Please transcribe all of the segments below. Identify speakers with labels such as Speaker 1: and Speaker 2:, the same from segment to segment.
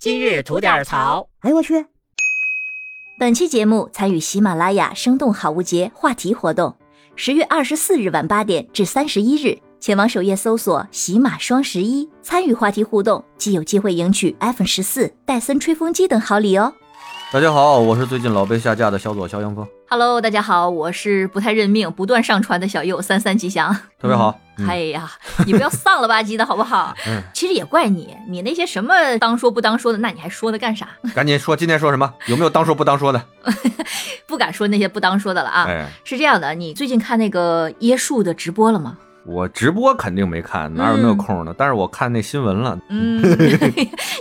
Speaker 1: 今日吐点槽。
Speaker 2: 哎呦我去，
Speaker 3: 本期节目参与喜马拉雅“生动好物节”话题活动，十月二十四日晚八点至三十一日，前往首页搜索“喜马双十一”，参与话题互动，即有机会赢取 iPhone 十四、戴森吹风机等好礼哦。
Speaker 4: 大家好，我是最近老被下架的小左肖阳峰，
Speaker 5: Hello，大家好，我是不太认命、不断上传的小右三三吉祥。
Speaker 4: 特别好。嗯
Speaker 5: 哎呀，你不要丧了吧唧的好不好？
Speaker 4: 嗯
Speaker 5: 其实也怪你，你那些什么当说不当说的，那你还说的干啥？
Speaker 4: 赶紧说今天说什么？有没有当说不当说的？
Speaker 5: 不敢说那些不当说的了啊。
Speaker 4: 哎，
Speaker 5: 是这样的，你最近看那个椰树的直播了吗？
Speaker 4: 我直播肯定没看，哪有那空呢？但是我看那新闻了，
Speaker 5: 嗯，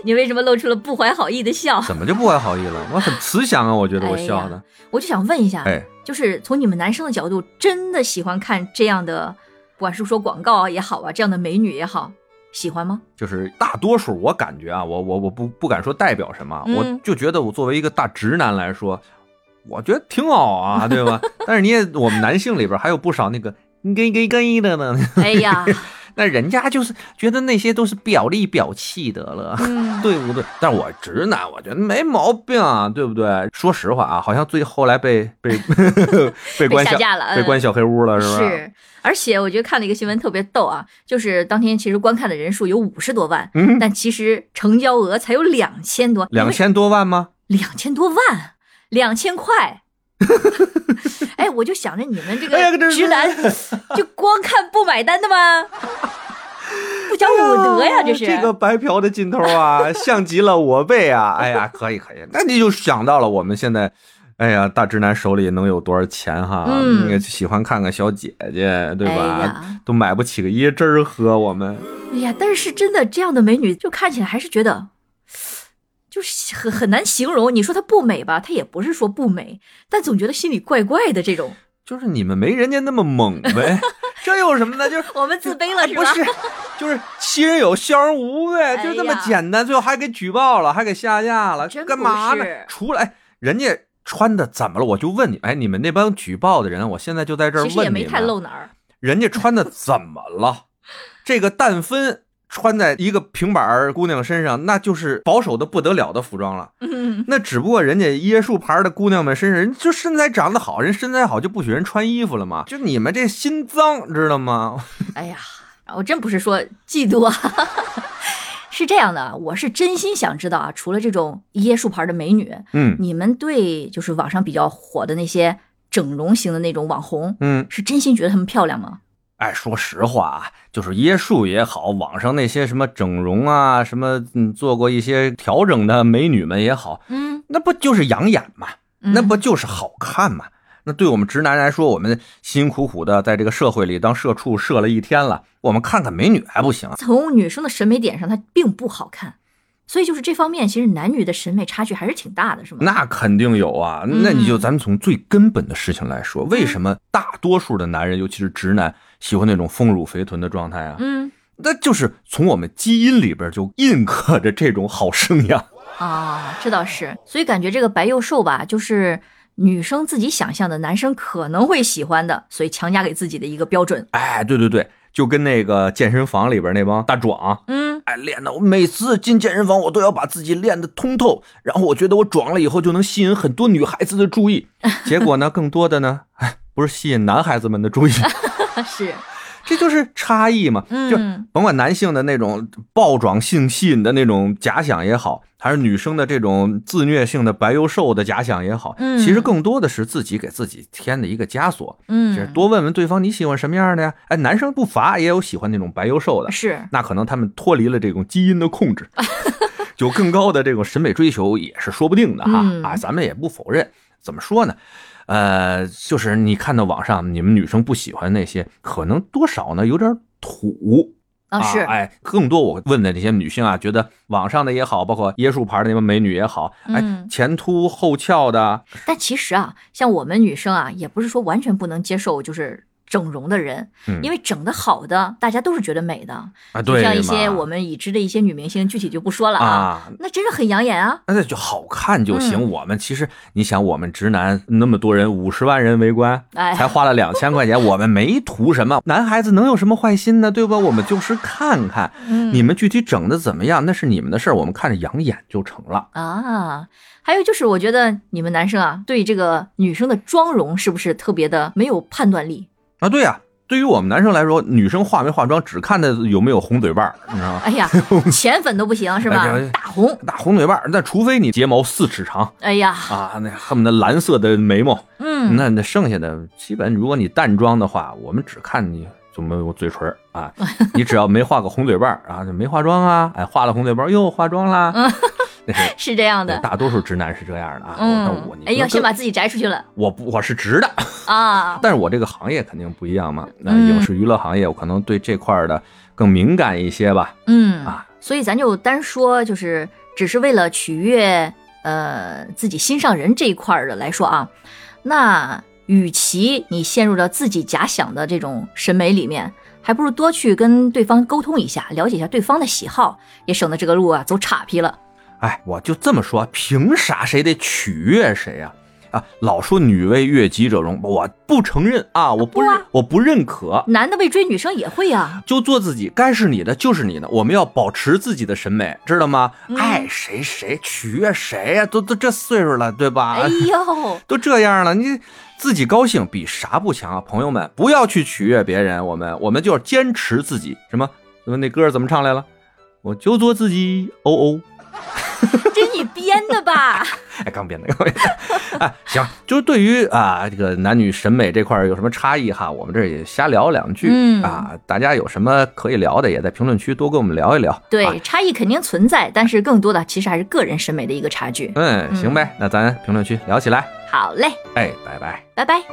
Speaker 5: 你为什么露出了不怀好意的笑？
Speaker 4: 怎么就不怀好意了？我很慈祥啊，我
Speaker 5: 哎
Speaker 4: 觉得我笑的。
Speaker 5: 我就想问一下，
Speaker 4: 哎，
Speaker 5: 就是从你们男生的角度，真的喜欢看这样的，不管是说广告也好啊，这样的美女也好，喜欢 吗？
Speaker 4: 就是大多数我感觉啊，我我我不不敢说代表什么啊，
Speaker 5: 嗯
Speaker 4: 我就觉得我作为一个大直男来说，我觉得挺好 啊，对吧？但是你也我们男性里边还有不少那个。跟跟跟的呢，
Speaker 5: 哎呀，
Speaker 4: 那人家就是觉得那些都是表里表气得了。
Speaker 5: 嗯，
Speaker 4: 对不对？但我直男，我觉得没毛病啊，对不对？说实话啊，好像最后来被 被被
Speaker 5: 被
Speaker 4: 关
Speaker 5: 下
Speaker 4: 小
Speaker 5: 架了，嗯
Speaker 4: 被关小黑屋了，是吧？
Speaker 5: 是，而且我觉得看了一个新闻特别逗啊，就是当天其实观看的人数有五十多万，
Speaker 4: 嗯，
Speaker 5: 但其实成交额才有两千多，
Speaker 4: 两千多万吗？
Speaker 5: 两千多万，两千块。哎，我就想着你们这
Speaker 4: 哎呀
Speaker 5: 个
Speaker 4: 真是
Speaker 5: 直男，就光看不买单的吗？不讲武德呀，
Speaker 4: 哎
Speaker 5: 这是。
Speaker 4: 这个白嫖的劲头 啊，像极了我辈啊！哎呀，可以可以，那你就想到了我们现在。哎呀，大直男手里能有多少钱哈？
Speaker 5: 嗯
Speaker 4: 也喜欢看看小姐姐，对吧？
Speaker 5: 哎呀
Speaker 4: 都买不起个椰汁儿喝，我们
Speaker 5: 哎呀，但是真的这样的美女，就看起来还是觉得，就是很很难形容。你说她不美吧，她也不是说不美，但总觉得心里怪怪的这种。
Speaker 4: 就是你们没人家那么猛 呗。这有什么呢？就是
Speaker 5: 我们自卑了是吧？
Speaker 4: 哎 不是，就是其人有笑容无呗，
Speaker 5: 哎
Speaker 4: 就这么
Speaker 5: 呀
Speaker 4: 简单，最后还给举报了，还给下架了，
Speaker 5: 真
Speaker 4: 干
Speaker 5: 不
Speaker 4: 嘛呢
Speaker 5: 是？
Speaker 4: 除了哎人家穿的怎么了？我就问你，哎，你们那帮举报的人，我现在就在这儿
Speaker 5: 其实也
Speaker 4: 问
Speaker 5: 没
Speaker 4: 你
Speaker 5: 太
Speaker 4: 们，
Speaker 5: 露哪儿。
Speaker 4: 人家穿的怎么了？这个但芬穿在一个平板儿姑娘身上，那就是保守的不得了的服装了。
Speaker 5: 嗯，
Speaker 4: 那只不过人家椰树牌的姑娘们身上，人就身材长得好，人身材好就不许人穿衣服了嘛。就你们这心脏知道吗？
Speaker 5: 哎呀，我真不是说嫉妒啊， 是这样的，啊我是真心想知道啊，除了这种椰树牌的美女，
Speaker 4: 嗯
Speaker 5: 你们对就是网上比较火的那些整容型的那种网红，
Speaker 4: 嗯。
Speaker 5: 是真心觉得她们漂亮吗？
Speaker 4: 哎，说实话啊，就是椰树也好，网上那些什么整容啊，什么嗯做过一些调整的美女们也好，
Speaker 5: 嗯，
Speaker 4: 那不就是养眼嘛，那不就是好看嘛？那对我们直男来说，我们辛辛苦苦的在这个社会里当社畜社了一天了，我们看看美女还不行啊？
Speaker 5: 从女生的审美点上，她并不好看，所以就是这方面，其实男女的审美差距还是挺大的，是吗？
Speaker 4: 那肯定有啊！
Speaker 5: 嗯
Speaker 4: 那你就咱们从最根本的事情来说，为什么大多数的男人，尤其是直男，喜欢那种丰乳肥臀的状态啊？
Speaker 5: 嗯
Speaker 4: 那就是从我们基因里边就印刻着这种好生养。
Speaker 5: 啊，这倒是，所以感觉这个白幼瘦吧，就是女生自己想象的，男生可能会喜欢的，所以强加给自己的一个标准。
Speaker 4: 哎，对对对，就跟那个健身房里边那帮大壮，
Speaker 5: 嗯，
Speaker 4: 哎，练的我每次进健身房，我都要把自己练得通透，然后我觉得我壮了以后就能吸引很多女孩子的注 意。结果呢，更多的呢，哎，不是吸引男孩子们的注意，
Speaker 5: 啊是，
Speaker 4: 这就是差异嘛。就
Speaker 5: 嗯，
Speaker 4: 甭管男性的那种暴壮性吸引的那种假想也好，还是女生的这种自虐性的白幼瘦的假想也好，
Speaker 5: 嗯
Speaker 4: 其实更多的是自己给自己添的一个枷锁。就是
Speaker 5: 嗯，
Speaker 4: 多问问对方你喜欢什么样的呀？哎，男生不乏也有喜欢那种白幼瘦的，
Speaker 5: 是，啊
Speaker 4: 那可能他们脱离了这种基因的 控制，有更高的这种审美追求也是说不定的哈、
Speaker 5: 嗯
Speaker 4: 啊，咱们也不否认。怎么说呢？呃，就是你看到网上你们女生不喜欢那些，可能多少呢有点土。
Speaker 5: 啊是，
Speaker 4: 哎，更多我问的那些女性啊，觉得网上的也好，包括椰树牌的那帮美女也好，哎，
Speaker 5: 嗯
Speaker 4: 前凸后翘的，
Speaker 5: 但其实啊，像我们女生啊，也不是说完全不能接受，就是整容的人，
Speaker 4: 嗯
Speaker 5: 因为整的好的大家都是觉得美的，
Speaker 4: 啊，
Speaker 5: 就
Speaker 4: 对嘛，
Speaker 5: 像一些我们已知的一些女明星，具体就不说了啊，
Speaker 4: 啊，
Speaker 5: 那真是很养眼啊。
Speaker 4: 那就好看就行。
Speaker 5: 嗯
Speaker 4: 我们其实你想，我们直男那么多人，五十万人围观，
Speaker 5: 哎
Speaker 4: 才花了两千 块钱，我们没图什么。男孩子能有什么坏心呢？对吧？我们就是看看，
Speaker 5: 嗯
Speaker 4: 你们具体整的怎么样，那是你们的事儿，我们看着养眼就成了。
Speaker 5: 啊，还有就是，我觉得你们男生啊，对这个女生的妆容是不是特别的没有判断力？
Speaker 4: 啊，对呀、对于我们男生来说，女生化没化妆，只看的有没有红嘴瓣儿，你知道吗？
Speaker 5: 哎 呀，浅粉都不行是吧
Speaker 4: 哎呀？
Speaker 5: 大红，
Speaker 4: 大红嘴瓣儿，那除非你睫毛四尺长
Speaker 5: 哎呀，
Speaker 4: 啊，那恨不得蓝色的眉毛，
Speaker 5: 嗯，
Speaker 4: 那那剩下的基本，如果你淡妆的话，我们只看你怎么有嘴唇儿 啊，你只要没画个红嘴瓣儿啊，就没化妆啊，哎，画了红嘴瓣儿又化妆啦，那是
Speaker 5: 是这样嗯
Speaker 4: 对
Speaker 5: 的，
Speaker 4: 大多数直男是这样的啊。那
Speaker 5: 嗯
Speaker 4: 我，你
Speaker 5: 哎
Speaker 4: 不能
Speaker 5: 呀，先
Speaker 4: 跟
Speaker 5: 把自己摘出去了
Speaker 4: 我不我是直的，
Speaker 5: 啊，
Speaker 4: 但是我这个行业肯定不一样嘛，那
Speaker 5: 嗯
Speaker 4: 影视娱乐行业我可能对这块儿的更敏感一些吧。
Speaker 5: 嗯
Speaker 4: 啊，
Speaker 5: 所以咱就单说，就是只是为了取悦呃自己心上人这一块儿的来说啊，那与其你陷入到自己假想的这种审美里面，还不如多去跟对方沟通一下，了解一下对方的喜好，也省得这个路啊走岔劈了。
Speaker 4: 哎，我就这么说，凭啥谁得取悦谁呀、啊？老说女为悦己者容，我不承认啊，我不
Speaker 5: 不
Speaker 4: 认，
Speaker 5: 啊
Speaker 4: 我不认可。
Speaker 5: 男的为追女生也会啊，
Speaker 4: 就做自己，该是你的就是你的，我们要保持自己的审美，知道吗？
Speaker 5: 嗯
Speaker 4: 爱谁谁取悦谁呀、都都这岁数了，对吧？
Speaker 5: 哎呦，
Speaker 4: 都这样了，你自己高兴比啥不强啊？朋友们，不要去取悦别人，我们我们就要坚持自己。什么什么那歌怎么唱来了？我就做自己，哦哦，
Speaker 5: 这你编的吧？
Speaker 4: 哎，刚编的，刚编的。哎，行，就是对于啊这个男女审美这块儿有什么差异哈，我们这儿也瞎聊两句、
Speaker 5: 嗯
Speaker 4: 啊，大家有什么可以聊的，也在评论区多跟我们聊一聊。啊
Speaker 5: 对，差异肯定存在，但是更多的其实还是个人审美的一个差距。
Speaker 4: 嗯，行呗，那咱评论区聊起来。
Speaker 5: 好嘞，
Speaker 4: 哎，拜拜。
Speaker 5: 拜拜。